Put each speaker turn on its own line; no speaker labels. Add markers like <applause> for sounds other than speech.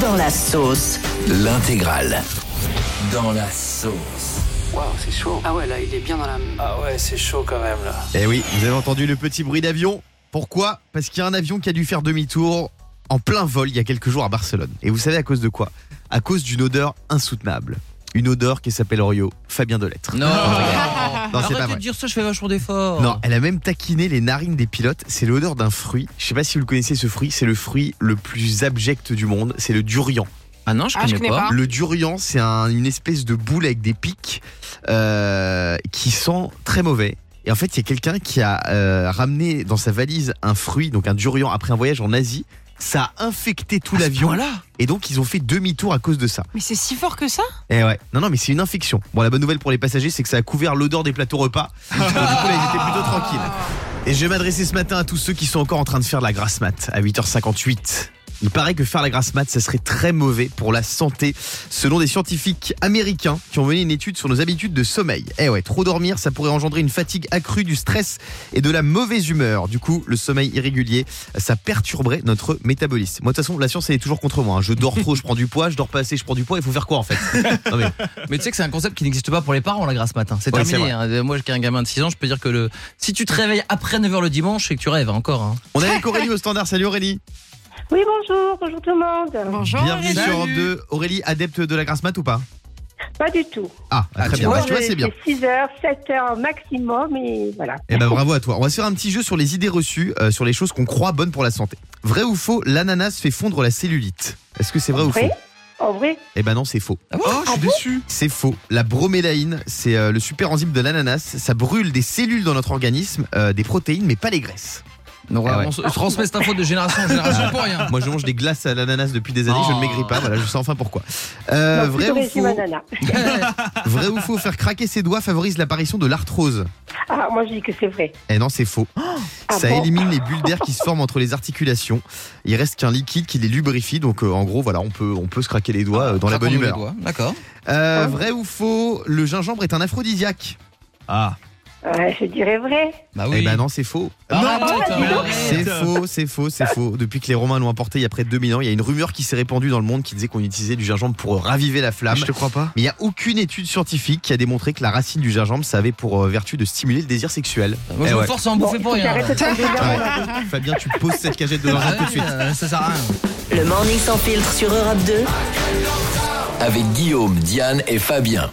Dans la sauce.
L'intégrale. Dans la sauce.
Waouh, c'est chaud.
Ah ouais, là, il est bien dans la.
Ah ouais, c'est chaud quand même là.
Eh oui, vous avez entendu le petit bruit d'avion. Pourquoi Parce qu'il y a un avion qui a dû faire demi-tour en plein vol il y a quelques jours à Barcelone. Et vous savez à cause de quoi À cause d'une odeur insoutenable. Une odeur qui s'appelle Orio, Fabien Delettre.
Non, <laughs>
Non, c'est
arrête
pas
de
vrai.
dire ça, je fais vachement d'efforts.
Non, elle a même taquiné les narines des pilotes. C'est l'odeur d'un fruit. Je sais pas si vous le connaissez ce fruit. C'est le fruit le plus abject du monde. C'est le durian.
Ah non, je
Ah,
connais,
je connais pas.
Le durian, c'est un- une espèce de boule avec des pics euh, qui sent très mauvais. Et en fait, il y a quelqu'un qui a euh, ramené dans sa valise un fruit, donc un durian, après un voyage en Asie. Ça a infecté
Ah,
tout l'avion.
Voilà.
Et donc, ils ont fait demi-tour à cause de ça.
Mais c'est si fort que ça
Eh ouais. Non, non, mais c'est une infection. Bon, la bonne nouvelle pour les passagers, c'est que ça a couvert l'odeur des plateaux repas. Donc, du coup, là, ils étaient plutôt tranquilles. Et je vais m'adresser ce matin à tous ceux qui sont encore en train de faire de la grasse mat à 8h58. Il paraît que faire la grasse mat, ça serait très mauvais pour la santé, selon des scientifiques américains qui ont mené une étude sur nos habitudes de sommeil. Eh ouais, trop dormir, ça pourrait engendrer une fatigue accrue, du stress et de la mauvaise humeur. Du coup, le sommeil irrégulier, ça perturberait notre métabolisme. Moi, de toute façon, la science, elle est toujours contre moi. hein. Je dors trop, je prends du poids, je dors pas assez, je prends du poids. Il faut faire quoi en fait Non, mais
Mais tu sais que c'est un concept qui n'existe pas pour les parents, la grasse matin. C'est
Ouais,
terminé. hein. Moi, j'ai un gamin de 6 ans, je peux dire que le... si tu te réveilles après 9h le dimanche, c'est que tu rêves hein, encore. hein.
On
<laughs>
est avec Aurélie au standard. Salut Aurélie.
Oui, bonjour, bonjour tout le monde.
Bonjour.
Bienvenue
Aurélie.
sur Europe 2. Aurélie, adepte de la grasse mat ou pas
Pas du tout.
Ah,
Ah,
très
tu
bien.
vois.
Bah, tu vois, c'est bien.
6 heures, 7 heures maximum, et voilà.
Eh ben bravo à toi. On va se faire un petit jeu sur les idées reçues, euh, sur les choses qu'on croit bonnes pour la santé. Vrai ou faux, l'ananas fait fondre la cellulite. Est-ce que c'est vrai ou
Oui.
faux
En vrai,
Eh ben non, c'est faux.
oh, je suis
Mm.
déçu.
C'est faux. La bromélaïne, c'est euh, le super enzyme de l'ananas. Ça brûle des cellules dans notre organisme, euh, des protéines, mais pas
<laughs>
les graisses.
Non,
Ah ouais.
on se on se transmet cette info de génération en génération pour rien.
Moi, je mange des glaces à l'ananas depuis des années. Je
Oh.
ne maigris pas. Voilà, je sais enfin pourquoi. Euh,
non,
vrai,
plutôt
ou
régime
faux,
ananas.
vrai ou faux, faire craquer ses doigts favorise l'apparition de l'arthrose.
Ah, moi je dis que c'est vrai.
Eh non, c'est faux.
<gasps> Ah
ça
bon
élimine les bulles d'air qui se forment entre les articulations. Il reste qu'un liquide qui les lubrifie. Donc, euh, en gros, voilà, on peut, on peut se craquer les doigts <laughs> euh, dans la bonne
Craquons-nous les
humeur.
doigts. D'accord.
Euh,
Ah
vrai ou faux Le gingembre est un aphrodisiaque. Ah.
Ouais, je dirais vrai.
Bah
Eh
oui.
ben non, c'est faux.
Arrête,
Ah dis
arrête.
donc.
C'est faux, c'est faux, c'est faux. Depuis que les Romains l'ont importé il y a près de 2000 ans, il y a une rumeur qui s'est répandue dans le monde qui disait qu'on utilisait du gingembre pour euh, raviver la flamme.
te crois pas.
Mais il n'y a aucune étude scientifique qui a démontré que la racine du gingembre, ça avait pour euh, vertu de stimuler le désir sexuel.
Moi,
Eh
je me
ouais.
force à en bouffer pour rien.
J'arrête de
<laughs>
tomber dans
Ah ouais.
la-
Fabien, tu poses cette cagette de
Ah
gingembre
ouais,
tout de suite.
euh, Ça sert à rien.
Le morning sans filtre sur Europe 2.
Avec Guillaume, Diane et Fabien.